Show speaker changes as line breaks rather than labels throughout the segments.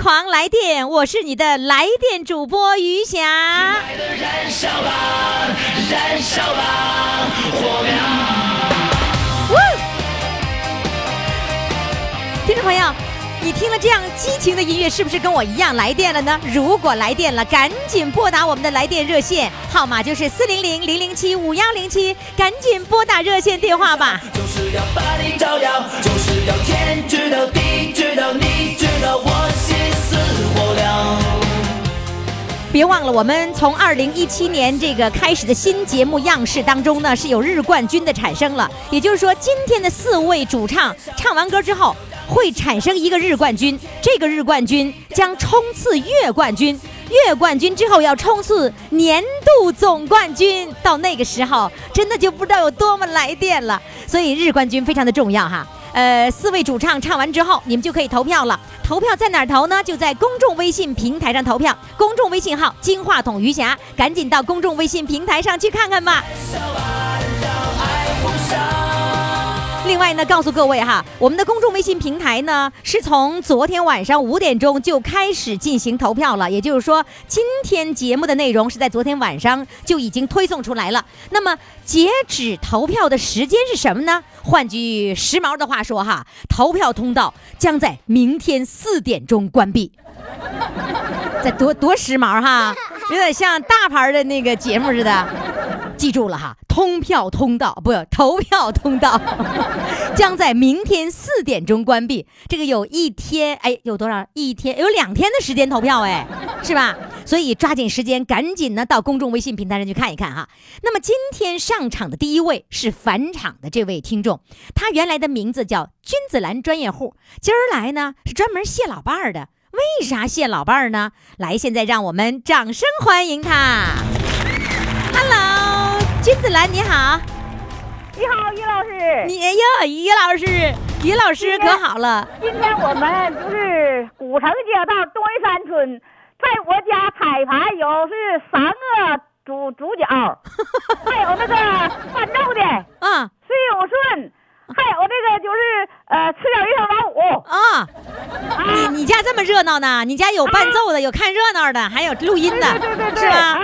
狂来电》，我是你的来电主播余霞。
燃烧吧，燃烧吧，火苗！
听众朋友，你听了这样激情的音乐，是不是跟我一样来电了呢？如果来电了，赶紧拨打我们的来电热线号码，就是四零零零零七五幺零七，赶紧拨打热线电话吧。
就是要把你照耀，就是要天知道地知道你知道我心似火燎。
别忘了，我们从二零一七年这个开始的新节目样式当中呢，是有日冠军的产生了。也就是说，今天的四位主唱唱完歌之后，会产生一个日冠军，这个日冠军将冲刺月冠军，月冠军之后要冲刺年度总冠军。到那个时候，真的就不知道有多么来电了。所以日冠军非常的重要哈。呃，四位主唱唱完之后，你们就可以投票了。投票在哪儿投呢？就在公众微信平台上投票，公众微信号“金话筒余霞”，赶紧到公众微信平台上去看看吧。另外呢，告诉各位哈，我们的公众微信平台呢，是从昨天晚上五点钟就开始进行投票了。也就是说，今天节目的内容是在昨天晚上就已经推送出来了。那么，截止投票的时间是什么呢？换句时髦的话说哈，投票通道将在明天四点钟关闭。 这多多时髦哈，有点像大牌的那个节目似的。记住了哈，通票通道不投票通道 将在明天四点钟关闭。这个有一天，哎，有多少？一天有两天的时间投票，哎，是吧？所以抓紧时间，赶紧呢到公众微信平台上去看一看哈。那么今天上场的第一位是返场的这位听众，他原来的名字叫君子兰专业户，今儿来呢是专门谢老伴儿的。为啥谢老伴儿呢？来，现在让我们掌声欢迎他。Hello，君子兰你好，
你好，于老师。
你哎呀，于老师，于老
哎
师可好了。
今天我们就是古城街道东一山村，在我家彩排有是三个主主 角，还有那个伴奏的
啊
崔永顺，还有那个就是呃赤脚医生老五。
啊，你你家这么热闹呢？你家有伴奏的，有看热闹的，还有录音的，
对对对对，
是吧？
啊，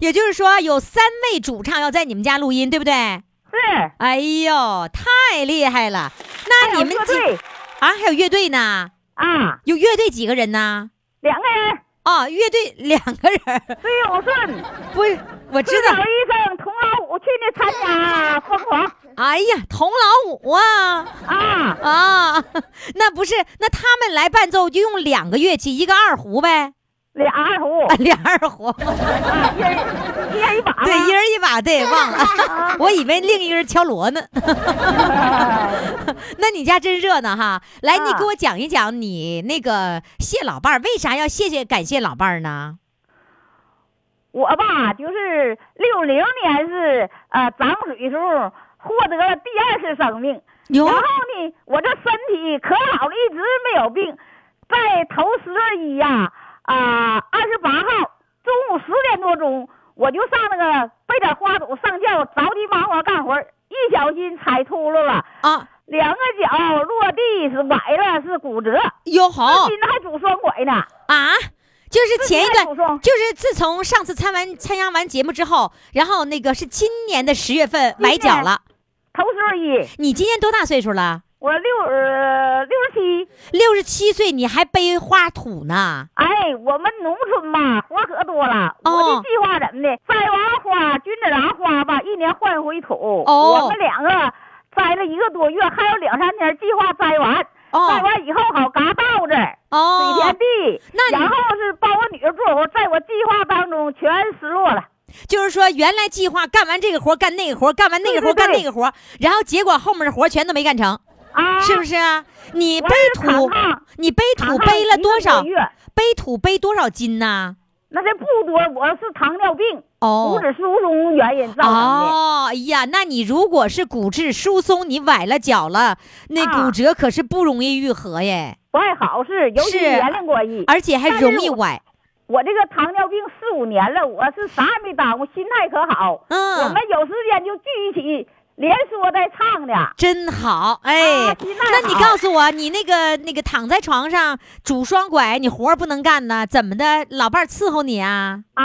也就是说，有三位主唱要在你们家录音，对不对？
是。
哎呦，太厉害了！那你们
乐
几
队
啊？还有乐队呢？
啊，
有乐队几个人呢？
两个人，
哦，乐队两个人，
崔永顺、
不是，我知
赤脚
道。
医生、童老五去那参加疯狂
哎呀，童老五啊
啊，
啊，那不是，那他们来伴奏就用两个乐器，一个二胡呗，
俩二 胡
啊，俩二胡，
啊，一人一人一把吧。
对，一人一把，对，忘 了，我以为另一个人敲锣 呢。那你家真热闹哈！来，你
啊
给我讲一讲你那个谢老伴儿，为啥要谢谢感谢老伴儿呢？
我吧，就是六零年是呃涨水时候获得了第二次生命，
哟
然后呢，我这身体可好了，一直没有病。在头十月一呀，啊二十八号中午十点多钟，我就上那个背点花垛上轿，着急忙慌干活儿，一小心踩秃噜了，
啊，
两个脚落地是崴了，是骨折，
哟吼
现在还拄双拐呢。
啊！就是前一段
自己来补充，
就是自从上次参完参加完节目之后，然后那个是今年的十月份崴脚了。
头十月一，
你今年多大岁数了？
我六呃六十七。
六十七岁，你还背花土呢？
哎，我们农村嘛，活可多了。
哦
我的计划怎么的？栽完花，君子兰花吧，一年换回土。
哦
我们两个栽了一个多月，还有两三天计划栽完。
哦
栽完以后好嘎稻子、
哦，
水田地，
那你
然后是帮我女儿做活，在我计划当中全失落了。
就是说，原来计划干完这个活儿干那个活儿，干完那个活儿
对对
干
对
那个活儿，然后结果后面的活儿全都没干成，
啊，
是不是啊？你背
我也是
土
扛上，
你背土
扛上
背了
一个
多
多
少？
月
背土背多少斤呐？
那这不多，我是糖尿病，
哦
骨质疏松原因造成的。
哦，哎呀，那你如果是骨质疏松，你崴了脚了，那
啊
骨折可是不容易愈合耶，
不太好是，尤其
是
年龄关系。
而且还
但是
容易
我
崴。
我这个糖尿病四五年了，我是啥也没耽误，心态可好。我
嗯
们，有时间就聚一起，连说带唱的。
真好，哎，
啊心态
那你
好
告诉我，你那个那个躺在床上拄双拐，你活儿不能干呢？怎么的？老伴儿伺候你啊？
啊，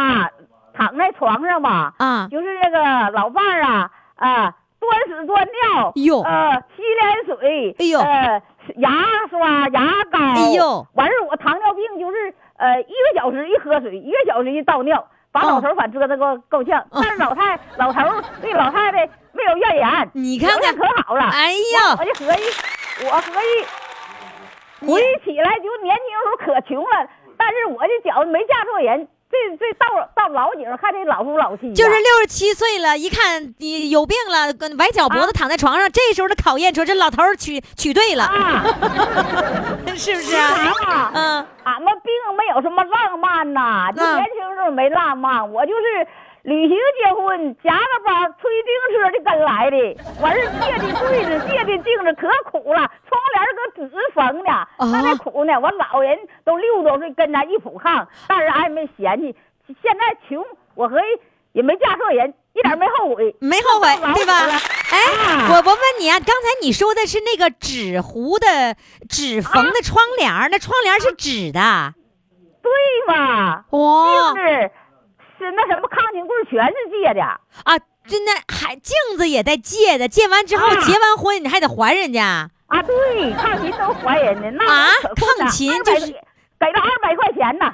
躺在床上吧，
啊，
就是那个老伴儿啊，啊，端屎端尿，
哟
呃，洗脸水，
哎呦
呃，牙刷、牙膏，
哎呦，
完事儿我糖尿病就是，呃，一个小时一喝水，一个小时一倒尿，把
哦
老头儿反折腾够够呛，但是老太老头儿对老太太没有怨言，
你看
条件
看，
可好了，
哎呦，
我就合计，我合计。回忆起来就年轻时候可穷了，但是我就觉着没嫁错人，这这到到老井看这老夫老妻呀、
就是六十七岁了，一看你有病了，跟崴脚脖
啊
子躺在床上，这时候的考验，说这老头儿娶娶对了，
啊，
是 不是啊？
啊
嗯，
俺们并没有什么浪漫呐、就
嗯
年轻时候没浪漫，我就是旅行结婚，夹着包推自行车就跟来的，完事儿借的柜子借的镜子可苦了，窗帘搁纸缝的，那还苦呢。我老人都六十多岁跟咱一铺炕，但是俺也没嫌弃，现在穷，我合计也没嫁错人，一点没后悔。
没后悔，对吧？
老了
哎，
啊
我我问你啊，刚才你说的是那个纸糊的、纸缝的窗帘儿，那窗帘儿是纸的，
哎
哇、
对吧？
啊
就是是那什么抗菌棍全是借的。
啊，真的还镜子也带借的，借完之后、
啊
结完婚你还得还人家，
啊，对，抗琴都怀人的，那
啊
可困难
抗琴
200
就是
给了二百块钱呢。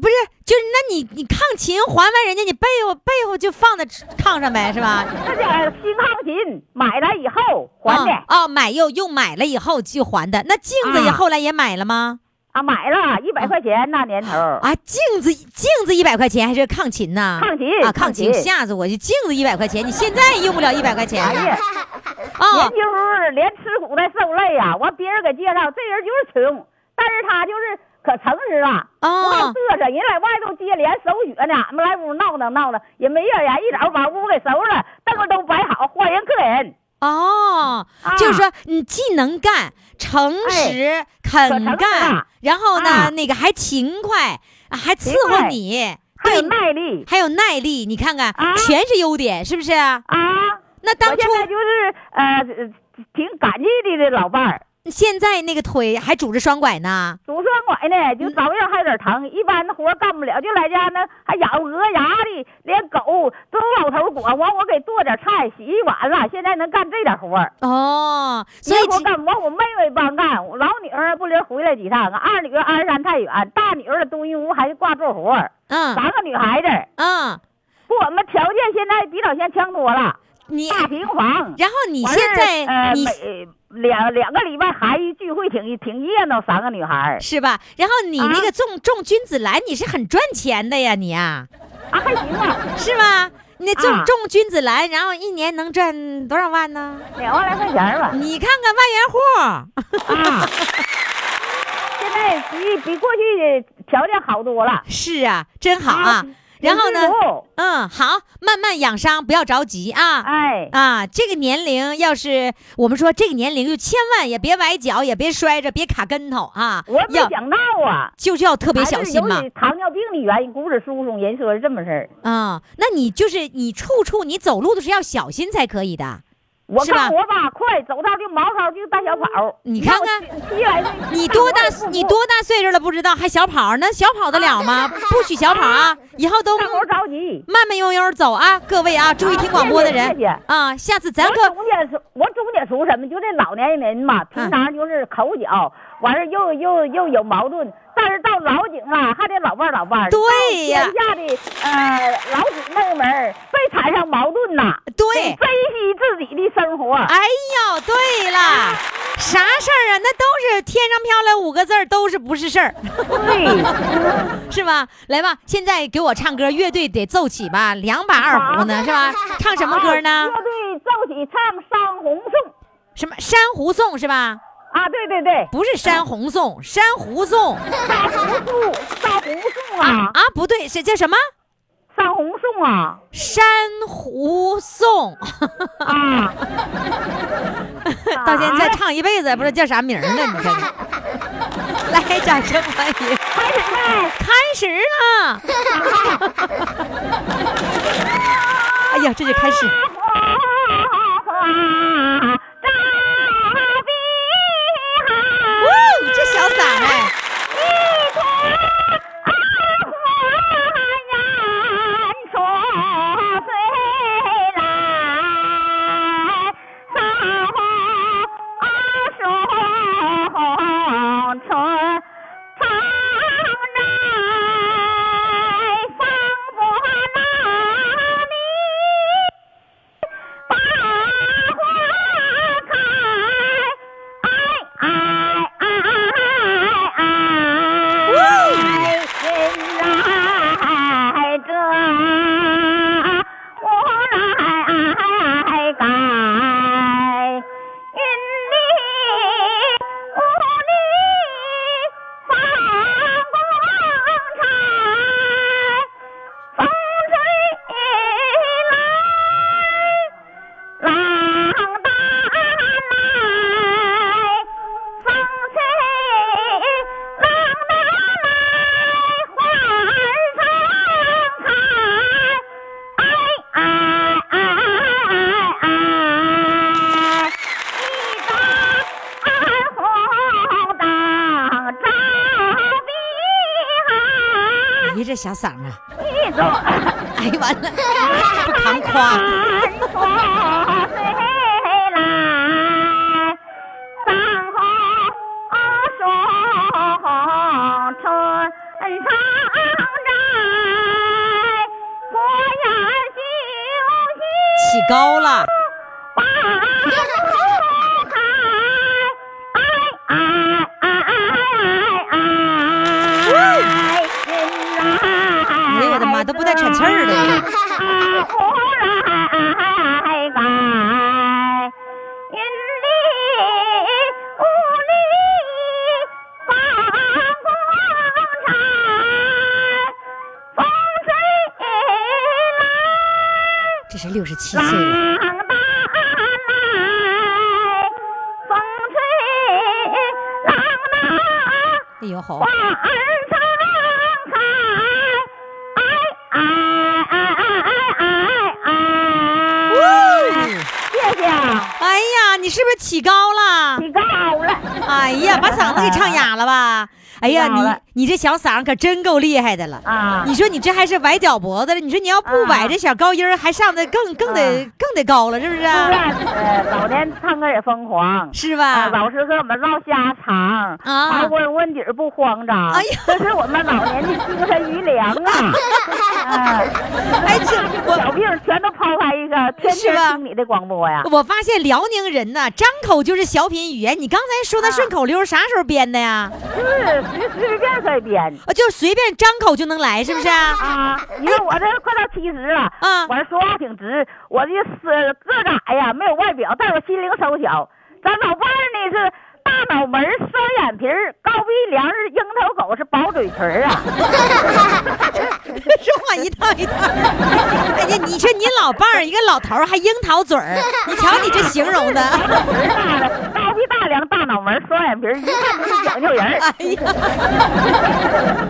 不是？就是那你你炕琴还完人家，你被窝被窝就放在炕上呗，是吧？
那叫新抗琴，买来以后还的
啊
啊
哦，买又又买了以后就还的，那镜子也
啊
后来也买了吗？
买了一百块钱那年头儿
啊，镜子镜子一百块钱还是抗琴呐？
抗琴
啊，抗
抗
琴
琴
吓死我！就镜子一百块钱，你现在用不了一百块钱
哎呀，
啊
年轻时候连吃苦带受累呀、完别人给介绍，这人就是穷，但是他就是可诚实了。不好
啊！
嘚瑟，人在外头接连手语呢，俺们来屋闹腾闹腾，也没怨言，一早把屋给收拾了，凳子都摆好，换人客人。
哦，
啊哎
就是说你既能干、诚实、肯
可诚实
干
了，
然后呢，
啊
那个还勤快，啊还伺
勤
候
快
你，
还有
对，
耐力
还有耐力。你看看
啊，
全是优点，是不是？
啊！
那当
我
初
现在就是呃挺感激的这老伴儿，
现在那个腿还拄着双拐呢，
拄双拐呢，就早样还有点疼，一般的活儿干不了，就在家呢还咬鹅牙的，连狗都老头管。完我给做点菜，洗一碗了，现在能干这点活儿。
哦，所
这
以
活
只
干完，我妹妹帮干，我老女儿不离回来几趟，啊二女儿鞍山太远，大女儿东营屋还挂做活儿，
嗯
三个女孩子，
嗯，
不，我们条件现在比老先强多了，
你
大平房。
然后你
完
现
事儿
在
呃
你
每两两个礼拜还一聚会挺挺热闹，三个女孩儿
是吧？然后你那
啊
个种种君子兰，你是很赚钱的呀，你啊，
啊还行啊，
是吧？你那种、
啊
种君子兰，然后一年能赚多少万呢？
两万来块钱儿吧
你看看万元户，
啊。现在比比过去条件好多了，
是啊，真好啊。
啊
然后呢
有，进步
嗯，好，慢慢养伤，不要着急啊。
哎，
啊，这个年龄要是我们说这个年龄，就千万也别崴脚，也别摔着，别卡跟头啊。
我没
要
想到啊，
就是要特别
还
小
是
心
由
嘛。
于糖尿病的原因，骨质疏松，人说是这么事儿。
啊、那你就是你处处你走路的时候要小心才可以的。
我
是吧
看我吧，快走道就毛糙，就大小跑。
你看看
看，七来岁，
你多 大
看我也？不
你多大岁数了？不知道还小跑儿？那小跑得了 吗？不许小跑啊！以后 都
干活着急。
慢慢悠悠走啊！各位啊，注意听广播的
谢谢谢
人
谢
啊！下次咱嗯
我
可
总结出，我总结出什么？就这老年人嘛，平常就是口角，完事儿又又又有矛盾，但是到老井啊，还得老伴儿老伴儿。
对呀
到天下的呃老姊妹们儿被产生矛盾呐、得
对，
珍惜自己的生活。
哎呦，对了，啥事儿啊？那都是天上飘来五个字儿，都是不是事儿，
对，
是吧？来吧，现在给我唱歌，乐队得奏起吧，两把
啊
二胡呢，是吧？唱什么歌呢
乐？队奏起唱《山红颂
什么《珊瑚颂》是吧？》
啊，对对对，
不是山红送，山胡送
上红树，上红送啊，
啊，不对，是叫什么？
上红送啊，
山胡送，
啊，
到现在唱一辈子也不知道叫啥名儿呢，你看看。 来，掌声欢迎！
开始呗，
开始了。哎呀，这就开始。
花扎
哇
碧
哦，这啊潇洒呢！
来这无奈改，因你无力放光彩，风吹来，浪打来，风吹浪打来，花儿盛开。哎哎哎哎哎！一张红灯照碧
咦，这小嗓啊！
海，一走
哎呀，完了，不扛夸。
春风吹来，三红双春常在，国宴酒席。
起高了，
把花开，哎哎哎哎哎！哎
哎呀，我的妈，都不带喘气儿的。
不来改，因力无力放光彩，风吹来。
这是六十七岁
浪打
了，
来，风吹浪打。
哎呦吼
花！儿盛开，哎哎哎哎哎哎哎！谢谢，
哎呀，你是不是起高了？
你高了，
哎呀，把嗓子给唱哑了吧？哎呀，你你这小嗓可真够厉害的了
啊
你说你这还是崴脚脖子了？你说你要不崴
啊
这小高音儿，还上的更更得
啊
更得高了，是不是
不
啊？
是呃，老年唱歌也疯狂。
是
啊，
吧？
老是跟我们唠家常，
啊
还问问底儿不慌张，
哎呀
这是我们老年的精神余粮 啊！啊，
哎，这
小
我
病全都抛开一个，天
是
天
吧
听你的广播呀。
我发现辽宁人呐，张口就是小品语言。你刚才说那
啊
顺口溜，啥时候编的呀？
是随随便可以编
啊，就随便张口就能来，是不是啊？
啊！你看我这快到七十了，
啊
我这说话挺直，我这是个子矮呀，没有外表，但是我心灵手巧。咱老伴儿呢是大脑门儿、双眼皮儿、高鼻梁儿、樱桃狗，是薄嘴唇儿啊。
说话一套一套。哎呀，你说您老伴儿一个老头儿还樱桃嘴儿，你瞧你这形容
哎
的，
人大了，高鼻大梁，大脑门儿，双眼皮儿，一看就是讲究人儿。
哎呀，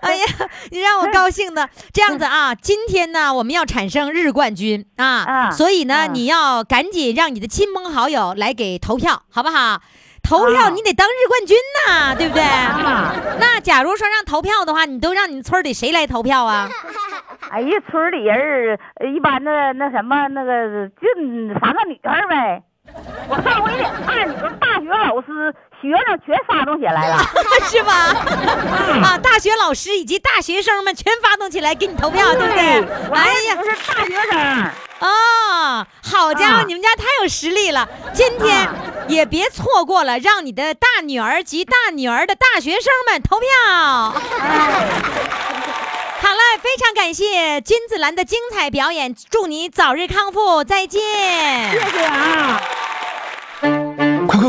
哎呀，你让我高兴的。这样子啊，今天呢我们要产生日冠军啊，
啊
所以呢
啊
你要赶紧让你的亲朋好友来给投票，好不好？投票
啊
你得当日冠军呐，对不对？
啊，
那假如说让投票的话，你都让你们村儿里谁来投票 啊？
哎呀，村里人儿一般的那什么那个，就嗯反正女孩儿呗。我上回的二女儿大学老师学生全发动起来 了，
是吧？啊，大学老师以及大学生们全发动起来给你投票，对不对？
我
哎
还
呀
不，是大学生，
啊，好家伙，
啊
你们家太有实力了！今天
啊
也别错过了，让你的大女儿及大女儿的大学生们投票。
啊
好了，非常感谢金子兰的精彩表演，祝你
哎
早日康复，再见。
谢谢啊。
快快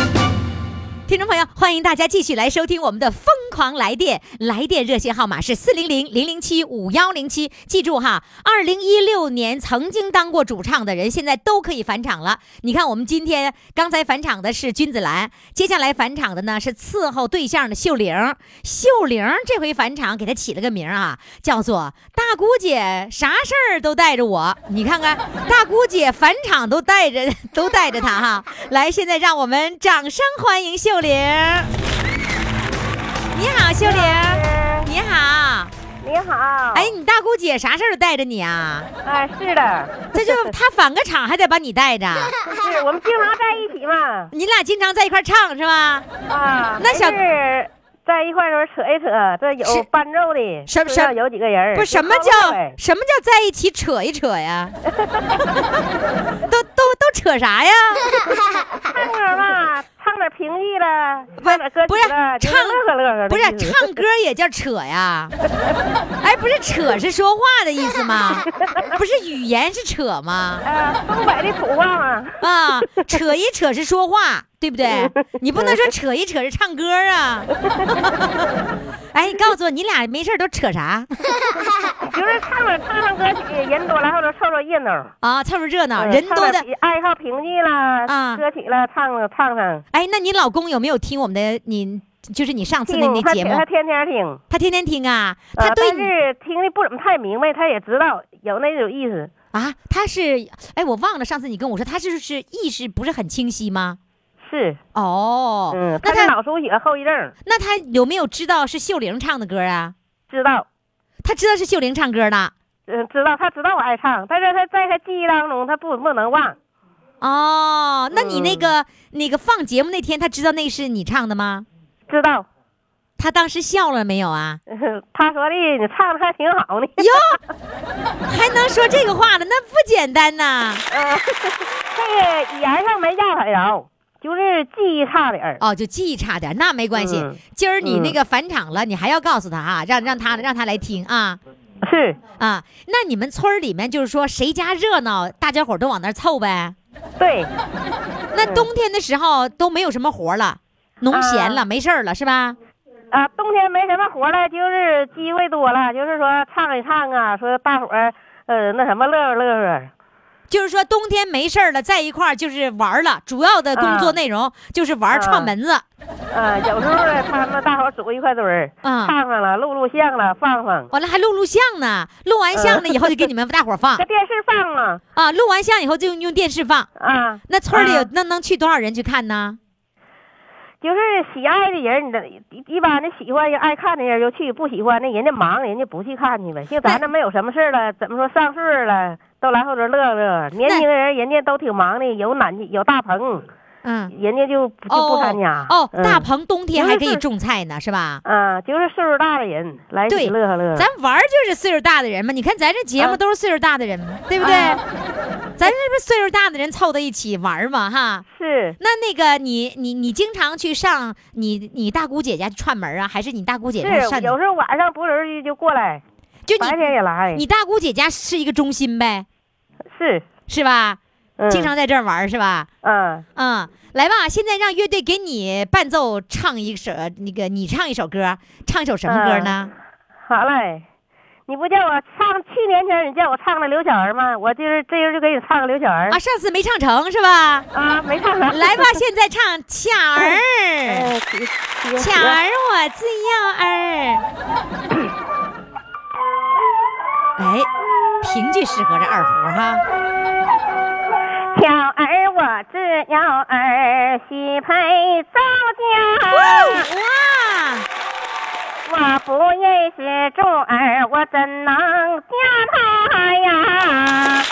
听众朋友，欢迎大家继续来收听我们的《疯狂来电》，来电热线号码是四零零零零七五幺零七。记住哈，二零一六年曾经当过主唱的人，现在都可以返场了。你看，我们今天刚才返场的是君子兰，接下来返场的呢是伺候对象的秀玲。秀玲这回返场，给她起了个名儿啊，叫做“大姑姐”，啥事儿都带着我。你看看，大姑姐返场都带着，都带着她哈。来，现在让我们掌声欢迎秀玲。你好，秀玲。你好。
你好，
哎，你大姑姐啥事儿都带着你啊？
啊， 是的，
这就她返个场还得把你带着。啊
是我们经常在一 起嘛，
你俩经常在一块儿唱是吧？
啊，
那小
是在一块儿的时候扯一扯，这
是
有伴奏的，
什么
知道
什
有几个人儿，
不是，什么
就靠
叫
呗
什么叫在一起扯一扯 呀？都都都扯啥 呀？
唱歌 嘛，唱点评剧了，唱点歌
不
曲
是
了，就
唱
乐呵乐呵的
不是
意思
唱歌也叫扯呀？哎，不是扯是说话的意思吗？不是语言是扯吗？
啊，东北的土话 嘛，
啊，扯一扯是说话，对不对？你不能说扯一扯是唱歌 啊！哎，告诉我，你俩没事儿都扯啥
就是唱着唱唱歌曲，人多了或者凑凑热闹，
啊？凑凑热闹，
嗯
人多
唱
的
点。爱好评剧
啊
啦，歌曲了，唱了唱唱，
哎，那你老公有没有听我们的？你就是你上次那那
他
节
听
目
他，天天听。
他天天听啊？
啊
他对
但
你
是听的不怎么太明白，他也知道有那种意思，
啊？他是哎，我忘了上次你跟我说，他是不是意识不是很清晰吗？
是，
哦，
嗯，
那
他是
他
脑出血后遗症，
那他有没有知道是秀玲唱的歌啊？
知道，
他知道是秀玲唱歌的
嗯，知道，他知道我爱唱，但是他在他记忆当中，他不不能忘，
哦。那你那
嗯
个、那个放节目那天，他知道那是你唱的吗？
知道，
他当时笑了没有啊？
他说的你唱的还挺好呢，
哟，还能说这个话呢？那不简单呐！
呃，这个语言上没压他着，就是记忆差点儿，
哦，就记忆差点，那没关系。
嗯
今儿你
嗯
那个返场了，你还要告诉他啊，让让他让他来听啊
是，
啊。那你们村儿里面就是说谁家热闹，大家伙儿都往那儿凑呗。
对，
那冬天的时候都没有什么活儿了，农闲
嗯
了，没事儿了是吧？
啊，冬天没什么活了，就是机会多了，就是说唱一唱啊，说大伙儿，呃，那什么乐呵乐呵，
就是说冬天没事儿了，在一块儿就是玩儿了。主要的工作
啊
内容就是玩儿
啊
串门子
啊，有时候他们大伙儿组一块堆儿，
啊
唱唱了，录录像了，放放，
完了还录录像呢，录完
嗯
像呢以后 就给你们大伙儿放
搁电视放啊
啊，录完像以后就用电视放。
啊，
那村儿里有
啊
那能去多少人去看呢？
就是喜爱的人，你的一一般的喜欢人、爱看的人就去，不喜欢的人家忙，人家不去看去呗。像咱这没有什么事儿了，怎么说上岁数了，都来后头乐乐。年轻人人家都挺忙的，有男有大棚，
嗯，
人家就不就不参加。
哦，
嗯
大棚冬天
不
还
是
可以
是
种菜呢，是吧？
啊，就是岁数大的人来一
对
起乐呵乐呵。
咱玩儿就是岁数大的人嘛，你看咱这节目
啊
都是岁数大的人嘛，对不对？
啊
咱这不是岁数大的人凑到一起玩儿嘛，哈。
是
那那个你你你经常去上你你大姑姐家串门啊，还是你大姑姐家
是，
上你？
有时候晚上不轮就就过来，
就
白天
你
也来。
你大姑姐家是一个中心呗，
是，
是吧？
嗯
经常在这儿玩儿是吧？
啊
嗯，来吧，现在让乐队给你伴奏唱一首呃那个你唱一首歌，唱一首什么歌呢？
嗯好嘞，你不叫我唱去年前你叫我唱的刘小儿吗？我就是这人就给你唱个刘小儿
啊，上次没唱成是吧？
啊，没唱上。
来吧，现在唱巧儿。
哎，
巧
抢
儿，我最要儿。哎，评剧适合这二胡哈。
抢儿，我只要儿媳配赵
哦
家，
哇，
我不认识柱儿，我怎能嫁他呀？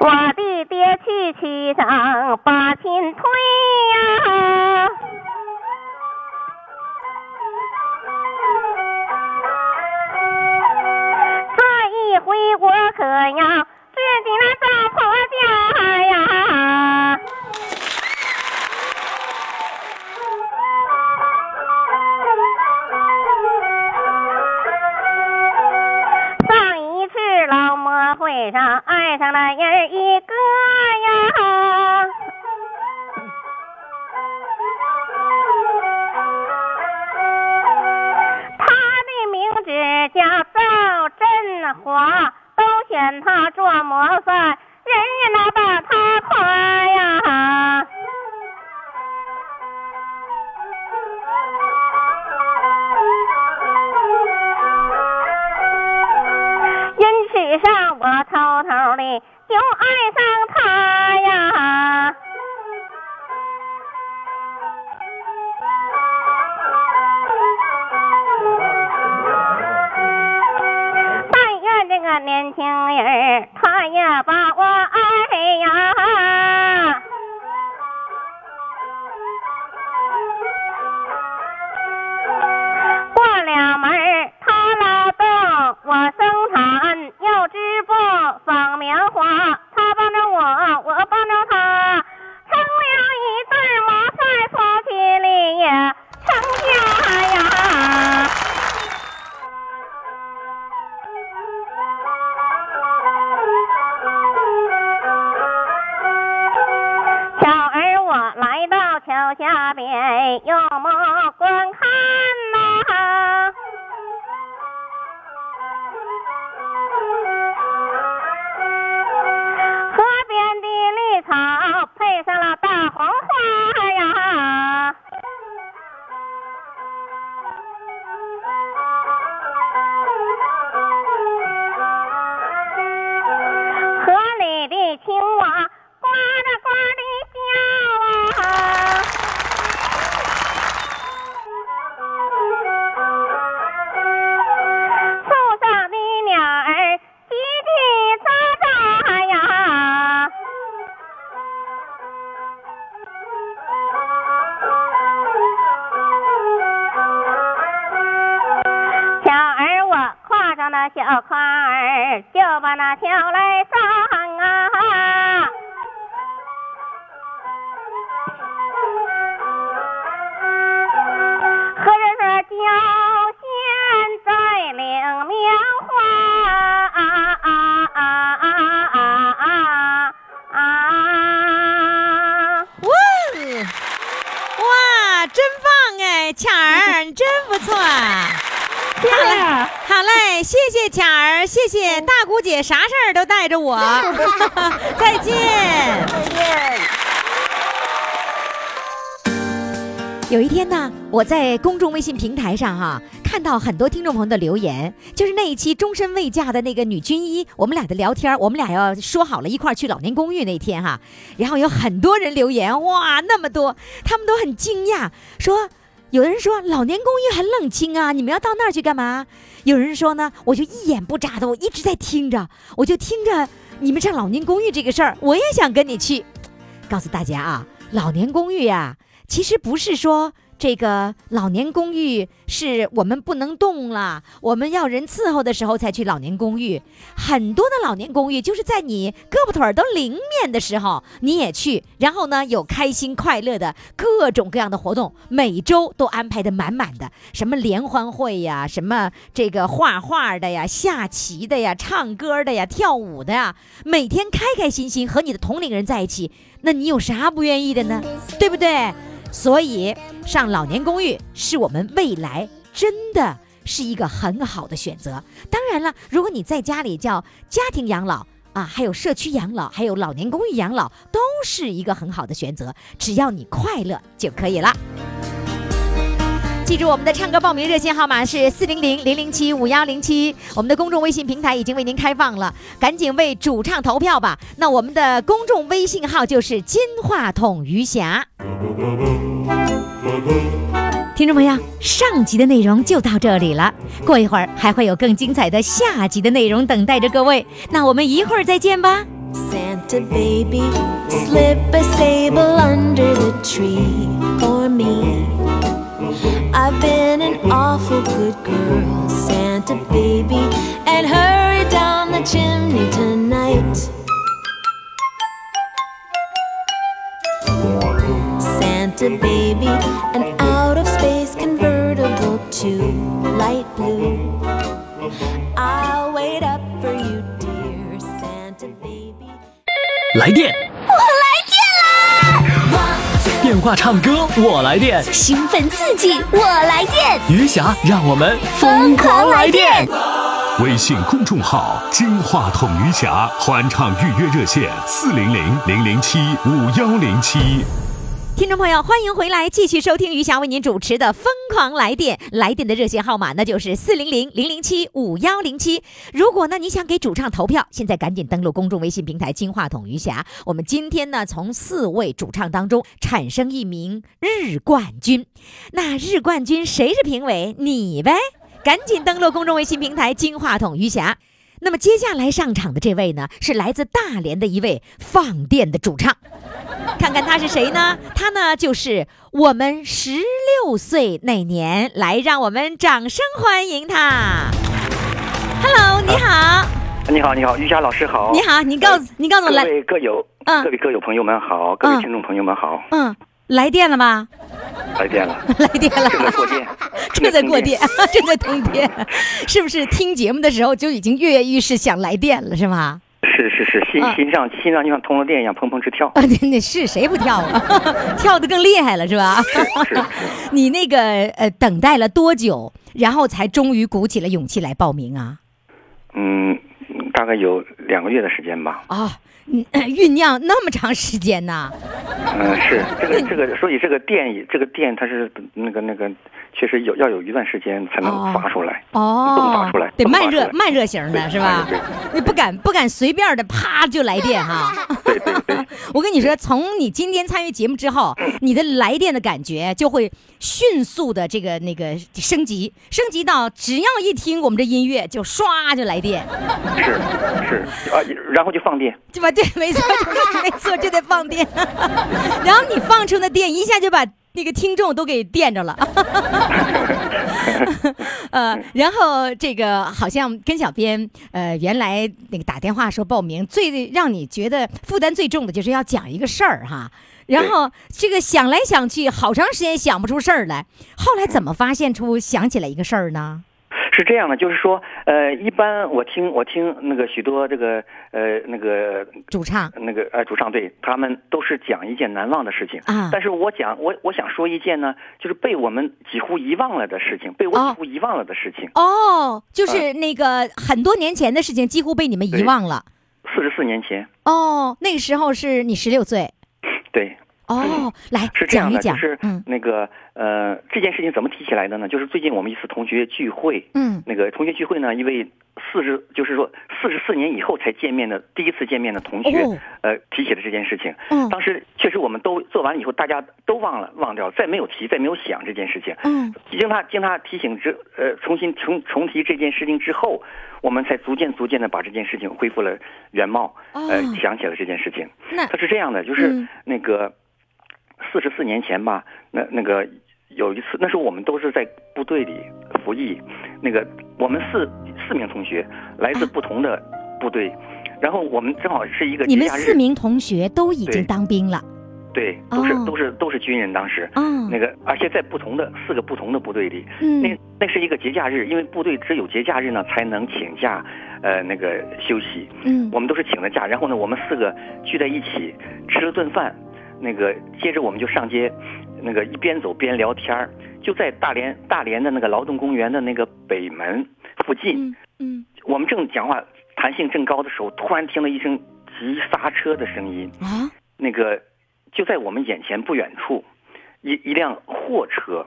我的爹去七上把亲推呀、可要自己那糟婆家呀。上一次劳模会上爱上了人儿一个呀。他的名字叫赵振华，都选他做模范，人人都把他夸呀。因此上我偷偷的就爱上他呀。但愿这个年轻人儿他也把我爱呀。过了门儿他劳动，我生产又织布，纺棉花，他帮着我，我帮着他，成了一对模范夫妻里也成家呀。巧儿我来到桥下边，用目观看呐、河边的绿草配上了大红花呀。河里的青蛙呱啦呱地叫啊！树上的鸟儿叽叽喳喳呀！小儿我挎上那小筐儿，就把那桥来上啊。和着说交现在领棉花啊啊啊啊啊啊啊啊！
哇哇，真棒哎，巧儿，你真不错。啊好
谢谢。
嘞，谢谢巧儿，谢谢大姑姐，啥事儿都带着我。再见。有一天呢，我在公众微信平台上哈、看到很多听众朋友的留言，就是那一期终身未嫁的那个女军医，我们俩的聊天，我们俩要说好了一块儿去老年公寓那天哈、然后有很多人留言，哇，那么多，他们都很惊讶，说有的人说老年公寓很冷清啊，你们要到那儿去干嘛？有人说呢，我就一眼不眨的，我一直在听着，我就听着你们上老年公寓这个事儿，我也想跟你去。告诉大家啊，老年公寓呀、其实不是说这个老年公寓是我们不能动了，我们要人伺候的时候才去老年公寓。很多的老年公寓就是在你胳膊腿儿都灵面的时候你也去，然后呢有开心快乐的各种各样的活动，每周都安排的满满的，什么联欢会呀，什么这个画画的呀、下棋的呀、唱歌的呀、跳舞的呀，每天开开心心和你的同龄人在一起，那你有啥不愿意的呢？对不对？所以上老年公寓是我们未来真的是一个很好的选择。当然了，如果你在家里叫家庭养老啊，还有社区养老，还有老年公寓养老，都是一个很好的选择，只要你快乐就可以了。记住我们的唱歌报名热线号码是四零零零零七五幺零七，我们的公众微信平台已经为您开放了，赶紧为主唱投票吧。那我们的公众微信号就是金话筒余霞。听众朋友，上集的内容就到这里了，过一会儿还会有更精彩的下集的内容等待着各位。那我们一会儿再见吧。
Santa baby, slip a sable under the tree for me. I've been an awful good girl, Santa baby, and hurry down the my chimney tonight. Santa baby, an out of space convertible to light blue. I'll wait up for you, dear Santa baby.
来电，电话唱歌，我来电。
兴奋刺激，我来电，
余霞，让我们
疯狂来电！
微信公众号“金话筒余霞”欢唱预约热线：四零零零零七五幺零七。
听众朋友，欢迎回来，继续收听余霞为您主持的《疯狂来电》。来电的热线号码那就是四零零零零七五幺零七。如果呢你想给主唱投票，现在赶紧登录公众微信平台“金话筒余霞”。我们今天呢从四位主唱当中产生一名日冠军，那日冠军谁是评委？你呗！赶紧登录公众微信平台“金话筒余霞”。那么接下来上场的这位呢，是来自大连的一位放电的主唱。看看他是谁呢？他呢就是我们十六岁那年，来让我们掌声欢迎他。Hello，你好，
你好，你好，玉霞老师好。哎
你好，你告诉你告诉我
各
来，
位歌友，
嗯
各位歌友朋友们好，各位
嗯
听众朋友们好，
嗯，来电了吗？
来电了，
来电了，，
正在过电
正在过电， 正在通电，是不是听节目的时候就已经跃跃欲试想来电了，是吗？
是是是，心
嗯
心像心脏就像通了电一样，砰砰直跳。
啊，那那是谁不跳啊？ 跳得更厉害了是吧？
是是，
你那个呃，等待了多久，然后才终于鼓起了勇气来报名啊？
嗯，大概有两个月的时间吧。
啊、嗯，酝酿那么长时间呢？
嗯，是这个这个，所以这个电这个电它是那个那个，确实有要有一段时间才能
哦
发出来。迸
哦
发出来，
得
迸发
慢热
出来
慢热型的是吧
对对？
你不敢不敢随便的啪就来电哈。 我跟你说，从你今天参与节目之后，
嗯
你的来电的感觉就会迅速的这个那个升级，升级到只要一听我们这音乐就唰就来电。
是是啊，然后就放电。
对吧？对，没错，没错，就得放电。 然后你放出那电，一下就把那个听众都给电着了。 呃，然后这个好像跟小编呃原来那个打电话说报名，最让你觉得负担最重的就是要讲一个事儿哈。然后这个想来想去，好长时间想不出事儿来。后来怎么发现出想起来一个事儿呢？
是这样的，就是说，呃，一般我听我听那个许多这个呃那个
主唱
那个呃主唱队，他们都是讲一件难忘的事情
啊
但是我讲我我想说一件呢，就是被我们几乎遗忘了的事情，被我
哦
几乎遗忘了的事情。
哦，就是那个很多年前的事情，几乎被你们遗
对
忘了。
四十四年前，
哦，那个时候是你十六岁。
对，
哦，来
嗯是这
讲
样
一
的，
讲
就，是
嗯
那个、呃这件事情怎么提起来的呢？就是最近我们一次同学聚会，
嗯，
那个同学聚会呢，因为四十就是说四十四年以后才见面的第一次见面的同学，
哦
呃提起了这件事情。
嗯
当时确实我们都做完了以后，大家都忘了忘掉了，再没有提，再没有想这件事情。
嗯，
经他经他提醒之呃重新重重提这件事情之后，我们才逐渐逐渐的把这件事情恢复了原貌，呃
哦
想起了这件事情。
那
它是这样的，就是
嗯
那个四十四年前吧，那那个有一次，那时候我们都是在部队里服役，那个我们四四名同学来自
啊
不同的部队，然后我们正好是一个
你们
节假日
四名同学都已经
对
当兵了
对，都是、
哦
都是都是军人，当时。
啊
那个，而且在不同的四个不同的部队里，那
嗯
那是一个节假日，因为部队只有节假日呢才能请假，呃，那个休息。
嗯
我们都是请了假，然后呢，我们四个聚在一起吃了顿饭，那个接着我们就上街，那个一边走边聊天儿，就在大连大连的那个劳动公园的那个北门附近，
嗯嗯
我们正讲话弹性正高的时候，突然听了一声急刹车的声音，
啊
那个就在我们眼前不远处，一一辆货车，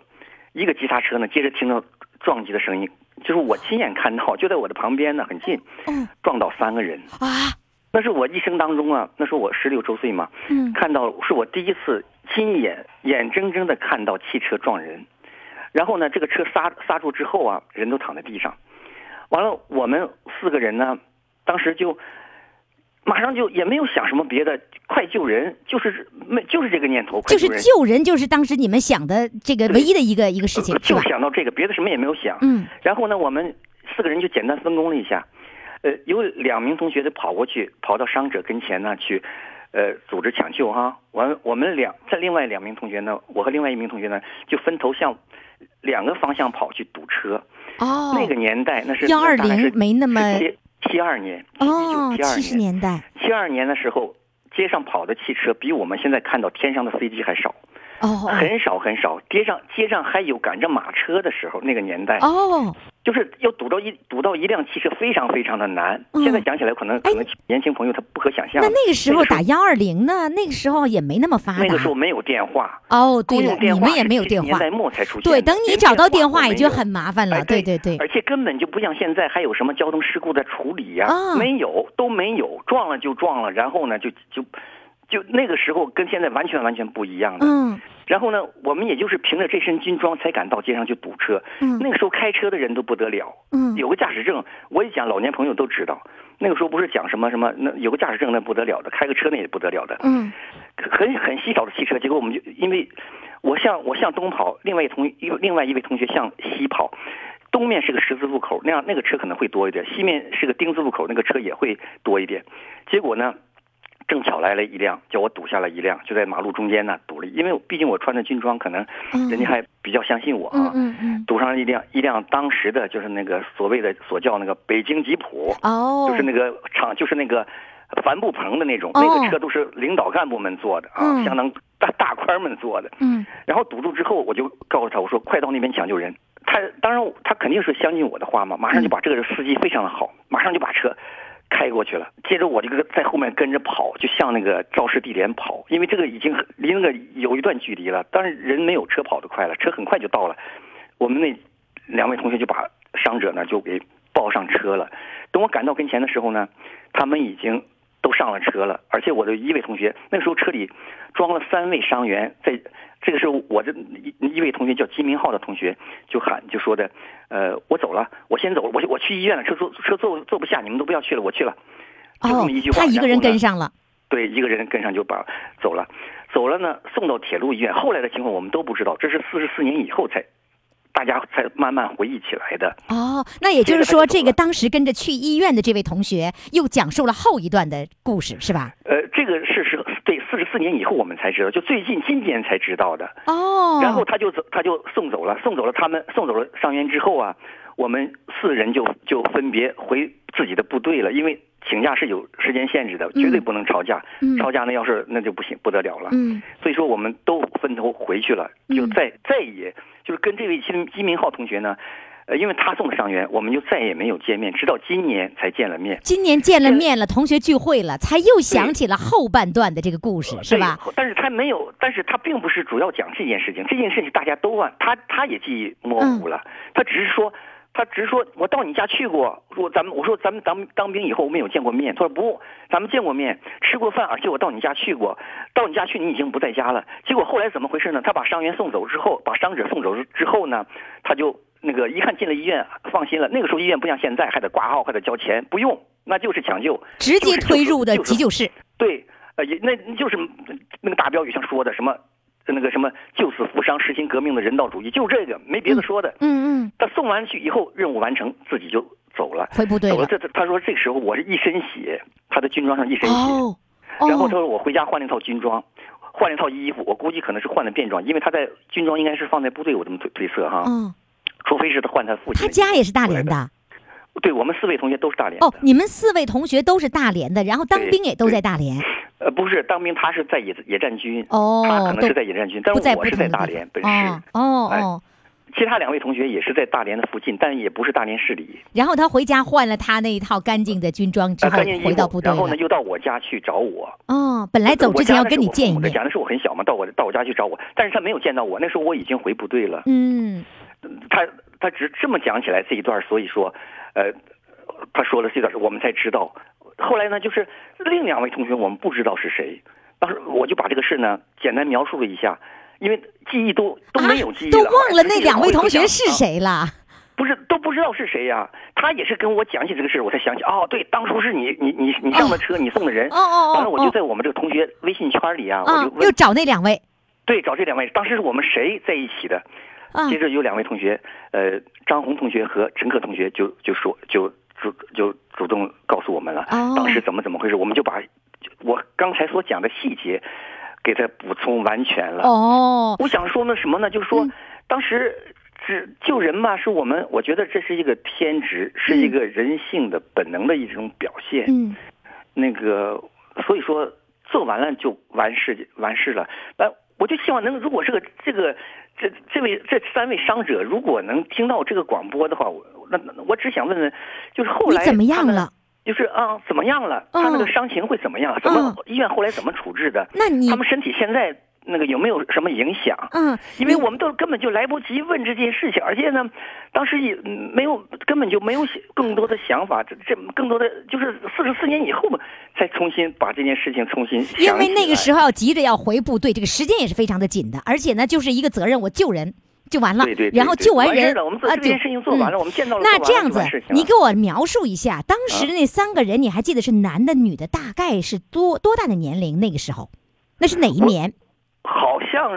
一个急刹车呢，接着听到撞击的声音，就是我亲眼看到，就在我的旁边呢，很近，
嗯
撞倒三个人。
啊
那是我一生当中啊，那时候我十六周岁嘛，
嗯
看到是我第一次亲眼眼睁睁的看到汽车撞人，然后呢，这个车刹刹住之后啊，人都躺在地上，完了我们四个人呢，当时就马上就也没有想什么别的，快救人，就是没就是这个念头，快
就是
救人，
救人，就是当时你们想的这个唯一的一个一个事情，是
就
吧？
想到这个，别的什么也没有想，
嗯
然后呢，我们四个人就简单分工了一下，呃，有两名同学就跑过去，跑到伤者跟前呢去，呃，组织抢救哈。完，我们两在另外两名同学呢，我和另外一名同学呢，就分头向两个方向跑去堵车。
哦，
那个年代那是
120
大概是
没那么
七七二年，
哦，七
七
十年代
七二年的时候，街上跑的汽车比我们现在看到天上的飞机还少，
哦
很少很少。街上街上还有赶着马车的时候，那个年代
哦，
就是要堵到一堵到一辆汽车，非常非常的难。
嗯
现在想起来，可能可能年轻朋友他不可想象
那。那个时
那
候
个时候
打幺二零呢，那个时候也没那么发
那个时候
达。
没有电话，
哦，
公
对了
用，
你
电话
们也没有
是
电
年
话，
代末才出现的。
对，等你
连
找到
电
电
话
话
都
也
没
就
有
很麻烦了。
哎
对对对，
对而且根本就不像现在还有什么交通事故的处理呀、
啊
没有，都没有，撞了就撞了，然后呢就就就那个时候跟现在完全完全不一样的。
嗯
然后呢，我们也就是凭着这身军装才敢到街上去堵车。
嗯
那个时候开车的人都不得了，
嗯，
有个驾驶证，我一讲老年朋友都知道。那个时候不是讲什么什么，那有个驾驶证那不得了的，开个车那也不得了的，
嗯
很很稀少的汽车。结果我们就因为我向我向东跑，另外一同一另外一位同学向西跑，东面是个十字路口，那样那个车可能会多一点；西面是个丁字路口，那个车也会多一点。结果呢，正巧来了一辆，叫我堵下了一辆，就在马路中间呢堵了，因为我毕竟我穿的军装，可能
嗯
人家还比较相信我啊。
嗯嗯嗯，
堵上了一辆一辆当时的就是那个所谓的所叫那个北京吉普，
哦，
就是那个厂，就是那个帆布棚的那种，
哦
那个车都是领导干部们坐的啊，
嗯
相当大大官们坐的。
嗯
然后堵住之后，我就告诉他，我说快到那边抢救人。他当然他肯定是相信我的话嘛，马
嗯
上就把这个司机非常的好，马上就把车开过去了。接着我这个在后面跟着跑，就向那个肇事地点跑，因为这个已经很离那个有一段距离了，当然人没有车跑得快了，车很快就到了。我们那两位同学就把伤者呢就给抱上车了。等我赶到跟前的时候呢，他们已经都上了车了，而且我的一位同学那时候车里装了三位伤员，在这个是我的一一位同学叫金明浩的同学就喊就说的，呃，我走了，我先走了，我我去医院了，车坐车坐坐不下，你们都不要去了，我去了。就这
哦
么一句，话
他一个人
然后呢
跟上了。
对，一个人跟上就把走了，走了呢，送到铁路医院。后来的情况我们都不知道，这是四十四年以后才，大家才慢慢回忆起来的。
哦，那也就是
接着他就
说，
走
这个
了
当时跟着去医院的这位同学又讲述了后一段的故事，是吧？
呃，这个事是对四十四年以后我们才知道，就最近今年才知道的。
哦，
然后他就走，他就送走了，送走了他们，送走了伤员之后啊，我们四人就就分别回自己的部队了，因为请假是有时间限制的，绝对不能吵架，
嗯
吵架那要是那就不行，不得了了。
嗯
所以说我们都分头回去了，就
嗯
再再也就是跟这位金金明浩同学呢，呃，因为他送的伤员，我们就再也没有见面，直到今年才见了面，
今年见了
对
面了，同学聚会了，才又想起了后半段的这个故事，是吧？
对？但是他没有，但是他并不是主要讲这件事情，这件事情大家都啊，他他也记忆模
嗯
糊了，他只是说。他只是说，我到你家去过，我咱们我说咱们当当兵以后我们有见过面，他说不，咱们见过面，吃过饭，而且我到你家去过，到你家去你已经不在家了。结果后来怎么回事呢？他把伤员送走之后，把伤者送走之后呢，他就那个一看进了医院，放心了。那个时候医院不像现在还得挂号还得交钱，不用，那就是抢救，
直接推入的
就是
急救室。
对，呃，也那就是那个大标语上说的什么，那个什么救死扶伤、实行革命的人道主义，就这个，没别的说的。
嗯嗯，
他送完去以后，任务完成，自己就走了。
回部队
走了，
了。
这这他说这时候我是一身血，他的军装上一身血，
哦
然后他
哦，
说我回家换了一套军装。换了一套衣服，我估计可能是换了便装，因为他在军装应该是放在部队，我这么推推测哈，
嗯，
除非是他换他父亲
他
的衣服。
家也是大连
过
的。
对我们四位同学都是大连的。
哦，你们四位同学都是大连的，然后当
对
兵也都
对
在大连。
呃，不是当兵，他是在野野战军，
哦
他可能
都
是在野战军，但
不在
是
不
我
同
是
的
在
地
大
方
连本市。
哦哦
哎
哦，
其他两位同学也是在大连的附近，但也不是大连市里。
然后他回家换了他那一套干净的军装之
呃
后
关键，
回到
衣服
部队
然后呢，
了。
又到我家去找我。
哦，本来走之前要跟你见一
我家
面。
那是我父母的家那时候我很小嘛，到我到我家去找我，但是他没有见到我。那时候我已经回部队了。
嗯，
他他只这么讲起来这一段，所以说，呃，他说了这段，我们才知道。后来呢，就是另两位同学我们不知道是谁，当时我就把这个事呢简单描述了一下，因为记忆都都没有记忆
啊都
了，
忘了
哎
那两位同学是。
自己脑回头想啊
谁了。
不是都不知道是谁呀、他也是跟我讲起这个事儿，我才想起哦，对，当初是你你你你上的车，你送的人。
哦哦哦
完了，我
哦
就在我们这个同学微信圈里啊，我
啊
就，
又
问，
找那两位
对，找这两位，当时是我们谁在一起的？
啊
接着有两位同学，呃，张红同学和陈可同学就就说就
主就主动告诉我们了，
哦
当时怎么怎么回事，我们就把我刚才所讲的细节给他补充完全了。
哦，
我想说呢什么呢？就是说，
嗯
当时只救人嘛，是我们我觉得这是一个天职，是一个人性的本能的一种表现。
嗯，
那个，所以说做完了就完事完事了。那我就希望能，如果这个这个这这位这三位伤者如果能听到这个广播的话，我那那我只想问问，就是后
你
来
怎么
他
样
们
了？？
就是啊，怎么样了？他那个
嗯
伤情会怎么样？怎么医院后来怎么处置的？
那你
他们身体现在那个有没有什么影响？
嗯，
因为
你
我们都根本就来不及问这件事情，而且呢，当时也嗯没有根本就没有想更多的想法，这这更多的就是四十四年以后嘛，才重新把这件事情重新想起来。
因为那个时候要急着要回部队，这个时间也是非常的紧的，而且呢，就是一个责任，我救人就完了，
对对对
然后救
完事
人
了，我们做
啊
这件
就
事情做完了，
嗯
我们见到了
那
做
这
完了
样
就
子
完事情，了
你给我描述一下当时
啊
那三个人，你还记得是男的、女的，大概是多多大的年龄？那个时候，那是哪一年？
好像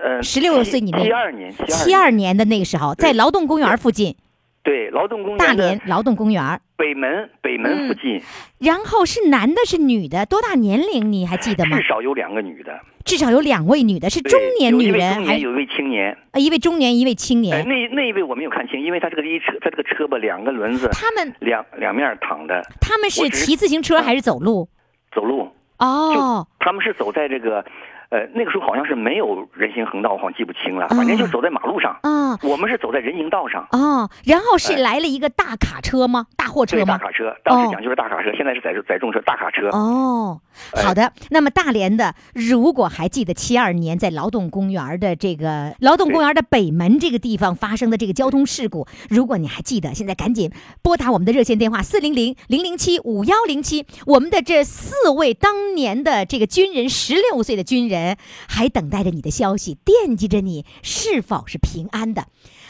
呃
16岁你那
七二年
七
二
二年的那个时候，在劳动公园附近，
对劳动公园
大嗯
的
连劳动公园。
北门北门附近、
然后是男的，是女的，多大年龄你还记得吗
至？少有两个女的，
至少有两位女的，是
对
中年女
有一位
人，
中
还
年有一位青年。
呃一位中年，一位青
哎，
年。
那那一位我没有看清，因为他这个一车，他这个车吧，两 个轮子，
他们
两两面躺着
他们
我啊
是
只是
骑自行车还是走路？
走路。
哦，
他们是走在这个，呃，那个时候好像是没有人行横道，我好像记不清了，反正
嗯
就走在马路上。
啊
我们是走在人行道上，
哦，然后是
哎
来了一个大卡车吗？大货
对
车
大
吗？
卡车，当
哦
时讲就是大卡车，现在是载载重车大卡车。
哦，好的。那么大连的，如果还记得七二年在劳动公园的这个劳动公园的北门这个地方发生的这个交通事故，如果你还记得，现在赶紧拨打我们的热线电话四零零零零七五幺零七。我们的这四位当年的这个军人，十六岁的军人，还等待着你的消息，惦记着你是否是平安的。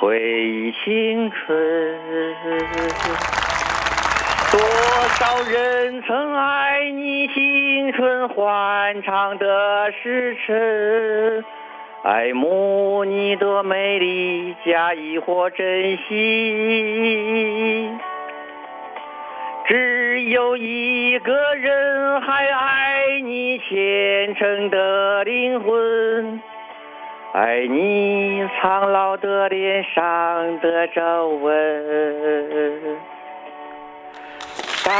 回忆青春，多少人曾爱你青春欢畅的时辰，爱慕你的美丽加以或珍惜。只有一个人还爱你虔诚的灵魂。爱你苍老的脸上的皱纹。当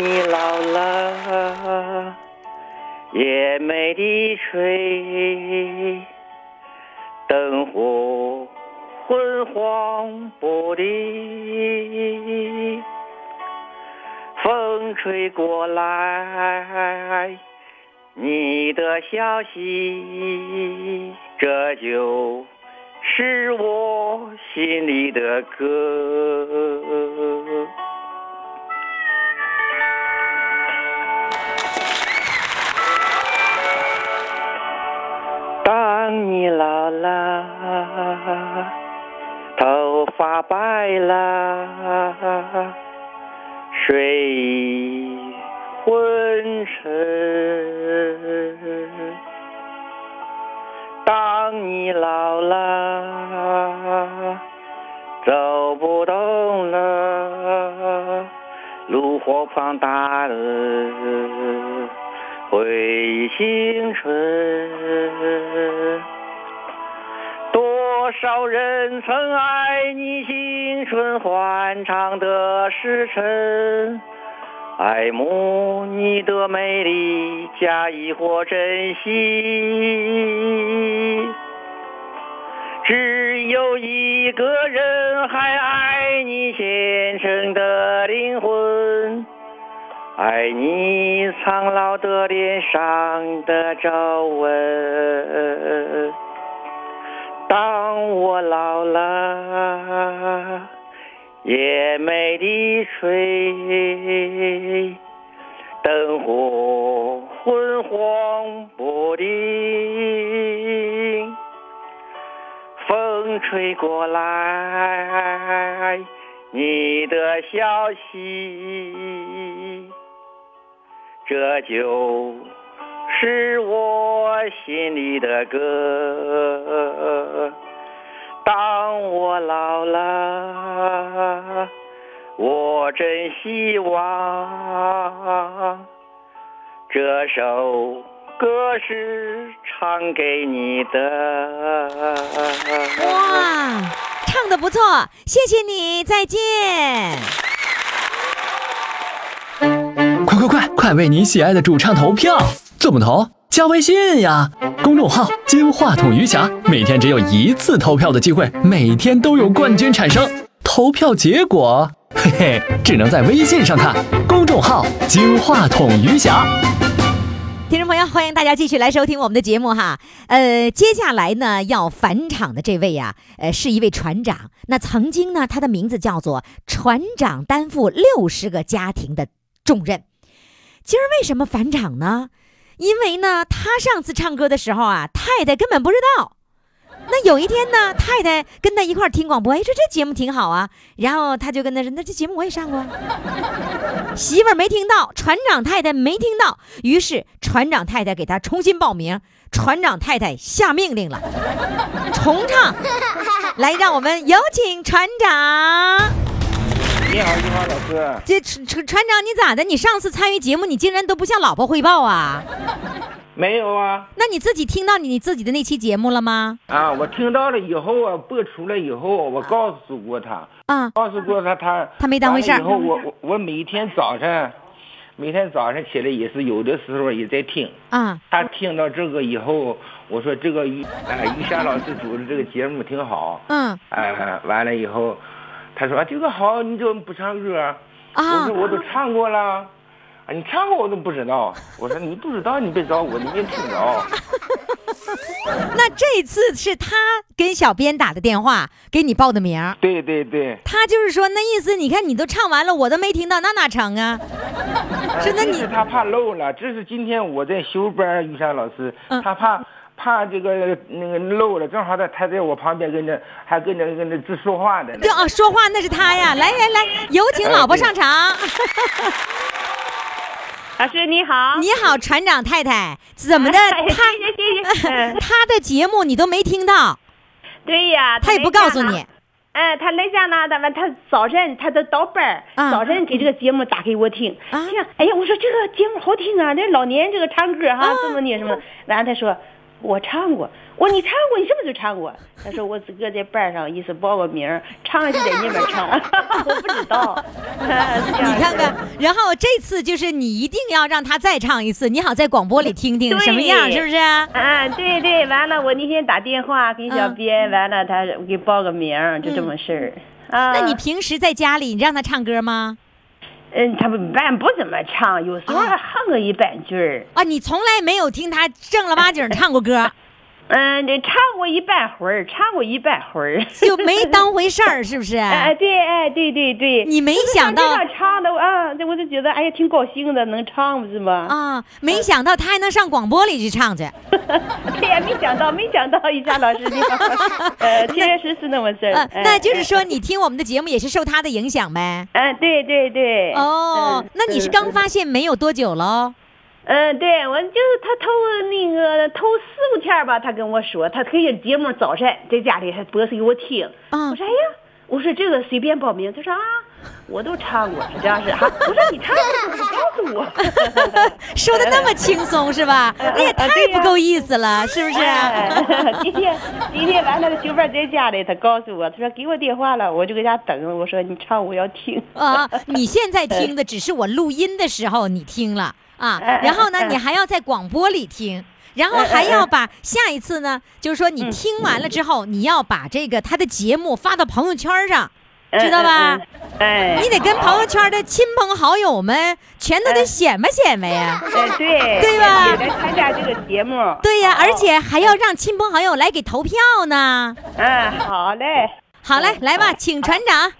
你老了，也没地吹，灯火昏黄不定，风吹过来。你的消息，这就是我心里的歌。当你老了，头发白了。睡意昏沉。当你老了，走不动了，炉火旁打盹，回忆青春。多少人曾爱你青春欢畅的时辰，爱爱慕你的美丽，加以或珍惜。只有一个人还爱你虔诚的灵魂，爱你苍老的脸上的皱纹。当我老了，也没地吹，灯火昏黄不定，风吹过来你的消息，这就是我心里的歌。当我老了，我真希望这首歌是唱给你的。
哇，唱的不错，谢谢你，再见。
快快快，快为你喜爱的主唱投票！怎么投？加微信呀，公众号“金话筒余霞”，每天只有一次投票的机会，每天都有冠军产生。投票结果，嘿嘿，只能在微信上看。公众号“金话筒余霞”。
听众朋友，欢迎大家继续来收听我们的节目哈。呃，接下来呢要返场的这位呀、呃，是一位船长。那曾经呢，他的名字叫做船长，担负六十个家庭的重任。今儿为什么返场呢？因为呢，他上次唱歌的时候啊，太太根本不知道。那有一天呢，太太跟他一块儿听广播，哎，说这节目挺好啊。然后他就跟他说：“那这节目我也上过啊。”媳妇儿没听到，船长太太没听到，于是船长太太给他重新报名。船长太太下命令了，重唱。来，让我们有请船长。
你好，你好，老师。
这船船船长，你咋的？你上次参与节目，你竟然都不向老婆汇报啊？
没有啊
那你自己听到你自己的那期节目了吗？
啊！我听到了以后啊，播出来以后，我告诉过他，
啊，
告诉过他，他
他没当回事儿
完了以后我我我每天早上，每天早上起来也是有的时候也在听。
啊，
他听到这个以后，我说这个于哎于山老师主持这个节目挺好。
嗯
哎，完了以后，他说啊这个好，你怎么不唱歌啊？
啊
我说我都唱过了，啊你唱过我都不知道。我说你不知道你别找我，你别听着。
那这次是他跟小编打的电话给你报的名儿，
对对对，
他就是说那意思，你看你都唱完了，我都没听到，那哪成 啊？是那
这
你
是他怕漏了，这是今天我在休班，于山老师，
嗯
他怕怕这个那个漏了，正好在他在我旁边跟着还跟着跟着这说话的呢。
对啊，说话那是他呀！来来来，有
哎
请老婆上 场。
老师你好，
你好，船长太太，怎么的？
哎
他
谢谢谢 谢，嗯
他的节目你都没听到，
对呀，
他也不告诉
来家
你
呢。。嗯，他来家呢，咱们他早晨他都倒班儿，
啊
早晨给这个节目打给我听，
啊
听，哎呀，我说这个节目好听啊，这老年这个唱歌哈
啊，
怎么的什么的，完了他说。我唱过，我说你唱过，你是不是就唱过？他说我自个在班上，意思报个名儿，唱了就在那边唱， 我不知道。
你
你
看看，然后这次就是你一定要让他再唱一次，你好在广播里听听
对
什么样，是不是？
啊，对对，完了，我那天打电话给小
嗯嗯
编，完了他给报个名儿，就这么事儿。啊，
那你平时在家里，你让他唱歌吗？
嗯，他们般不怎么唱，有时候还哼个一半句儿。
啊，你从来没有听他正儿八经唱过 歌，
嗯，这唱过一半会儿，唱过一半会儿。
就没 当回事儿，是不是？
哎，哎对，哎，对对对。
你没想到
这样唱的啊，这我就觉得哎呀，挺高兴的，能唱不是吗？
啊，
嗯
没想到他还能上广播里去唱去。
对呀，没想到，没想到，一佳老师你好， 呃，确实是那么事儿。
嗯，
哎
那就是，
哎
说你听我们的节目也是受他的影响呗。
嗯，对对对。
哦
嗯，
那你是
嗯
刚发现没有多久喽？
嗯，对，我就是他头那个头四五天儿吧，他跟我说，他可以节目早晨在家里还播给我听。
啊
我说哎呀，我说这个随便报名，他说啊，
我都唱过，这 样式哈。我说你唱过，你告诉 我。
说的那么轻松是吧？
嗯
你也太不够意思了，是不是？啊
哎今天今天完了，媳妇儿在家里，她告诉我，她说给我电话了，我就搁家等着。我说你唱，我要听。
嗯
啊，你现在听的只是我录音的时候你听了啊，
嗯
然后呢，你还要在广播里听。然后还
嗯
要把下一次呢，就是说你听完了之后，你要把这个他的节目发到朋友圈上，
嗯
知道吧？
呃
嗯
哎，
你得跟朋友圈的亲朋好友们全都
哎
得显摆显摆呀。
哎
呃
对
对吧
也来参加这个节目。
对
哦
呀，而且还要让亲朋好友来给投票呢。
嗯，好嘞，
好
哦
嘞，来吧，请船长，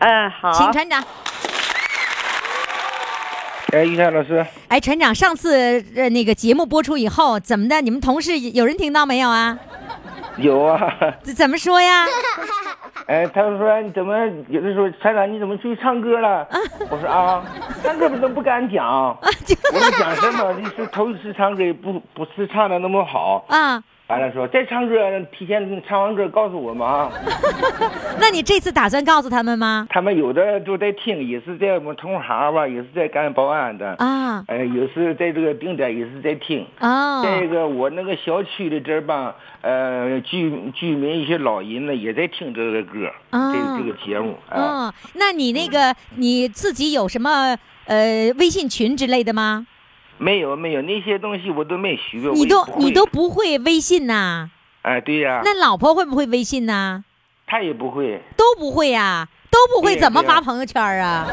嗯好。
请船长。
哎，于霞老师，
哎，船长，上次呃那个节目播出以后怎么的？你们同事有人听到没有啊？
有啊，
怎怎么说呀？
哎，他们说你怎么有的时候，船长你怎么出去唱歌了？我说 啊，唱歌不都不敢讲， 我说讲什么？你说头一次唱歌也不不是唱的那么好。
啊，
完了说再唱歌，提前唱完歌告诉我们啊。
那你这次打算告诉他们吗？
他们有的都在听，也是在我们同行吧，也是在干保安的
啊，
呃，也是在这个定点也是在听。
哦
这个我那个小区的这帮呃居居民一些老人呢，也在听这个歌，
啊
这这个节目啊。
嗯，那你那个你自己有什么呃微信群之类的吗？
没有没有那些东西我都没学，我
你
也
都
不
你
会
都不会微信呐、
哎、对
啊
呀、
那老婆会不会微信呐、
他也 不会，
都不会呀、都不会，
对呀
怎么
对呀
发朋友圈啊？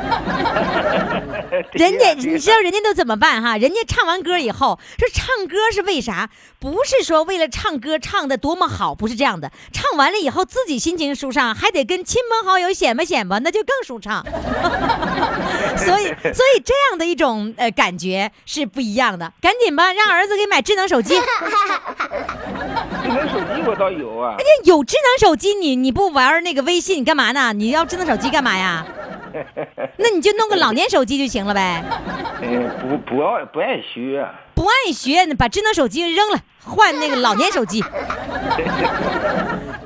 人家你知道人家都怎么办哈？人家唱完歌以后，说唱歌是为啥？不是说为了唱歌唱的多么好，不是这样的。唱完了以后自己心情舒畅，还得跟亲朋好友显摆显摆，那就更舒畅。 所以，所以这样的一种呃感觉是不一样的。赶紧吧，让儿子给买智能手机。
智能手机我倒有啊
哎。呀，有智能手机你你不玩那个微信你干嘛呢？你要智能手机干嘛呀？那你就弄个老年手机就行了呗。
嗯，不不爱不爱学，啊
不爱学，把智能手机扔了，换那个老年手机。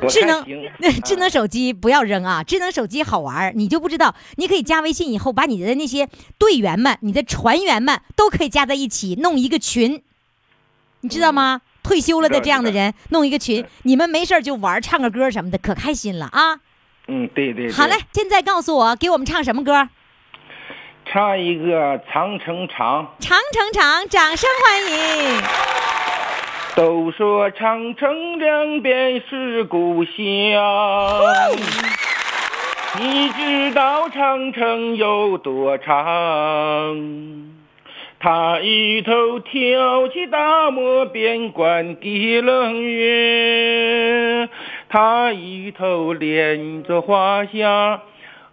我
智
看
能
行
智能 手机不要扔啊！智能手机好玩儿，你就不知道，你可以加微信以后，把你的那些队员们、你的船员们都可以加在一起，弄一个群，你知道吗？退休了的这样的人弄一个群，你们没事儿就玩儿、唱个歌什么的，可开心了啊！
嗯，对对对。
好嘞，现在告诉我，给我们唱什么歌？
唱一个《长城长》。
长城长，掌声欢迎！
都说长城两边是故乡，你知道长城有多长？它一头挑起大漠边关的冷月，它一头连着华夏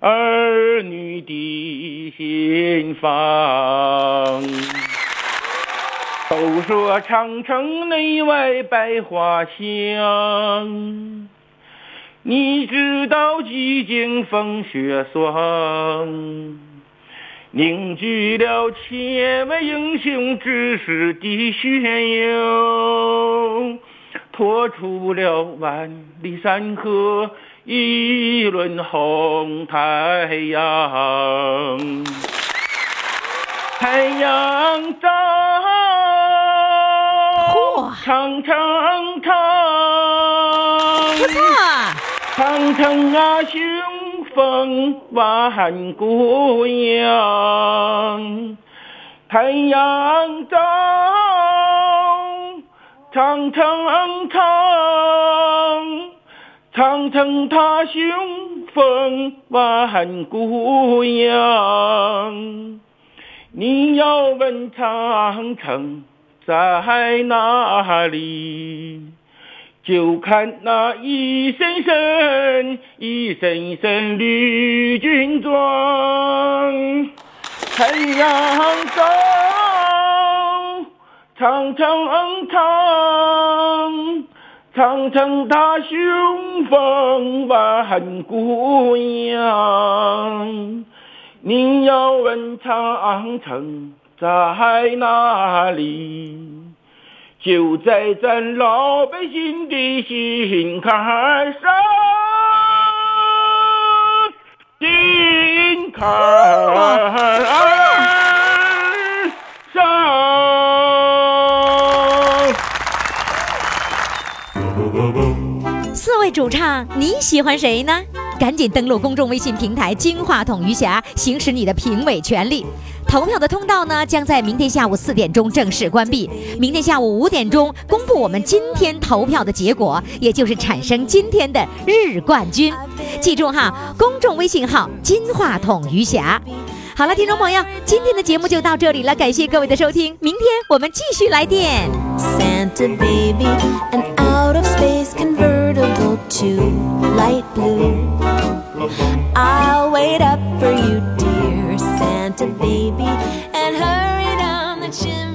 儿女的心房。都说长城内外百花香，你知道几经风雪霜，凝聚了千万英雄志士的血友，托出了万里山河一轮红太阳。太阳照，长长长，
不错，
长城啊，雄风万古扬。太阳照，长城长，长城它雄风万古扬。你要问长城在哪里，就看那一身身、一身身绿军装。太阳照，长城长，长城它雄风万古扬。你要问长城在哪里，就在咱老百姓的心坎上。今坎儿上。
四位主唱，你喜欢谁呢？赶紧登录公众微信平台“金话筒余霞”，行使你的评委权利。投票的通道呢，将在明天下午四点钟正式关闭。明天下午五点钟公布我们今天投票的结果，也就是产生今天的日冠军。记住哈，公众微信号“金话筒余霞”。好了，听众朋友，今天的节目就到这里了，感谢各位的收听，明天我们继续来电。
Santa baby, an out of space convertible to light blue. I'll wait up for you, dear Santa baby, and hurry down the chimney.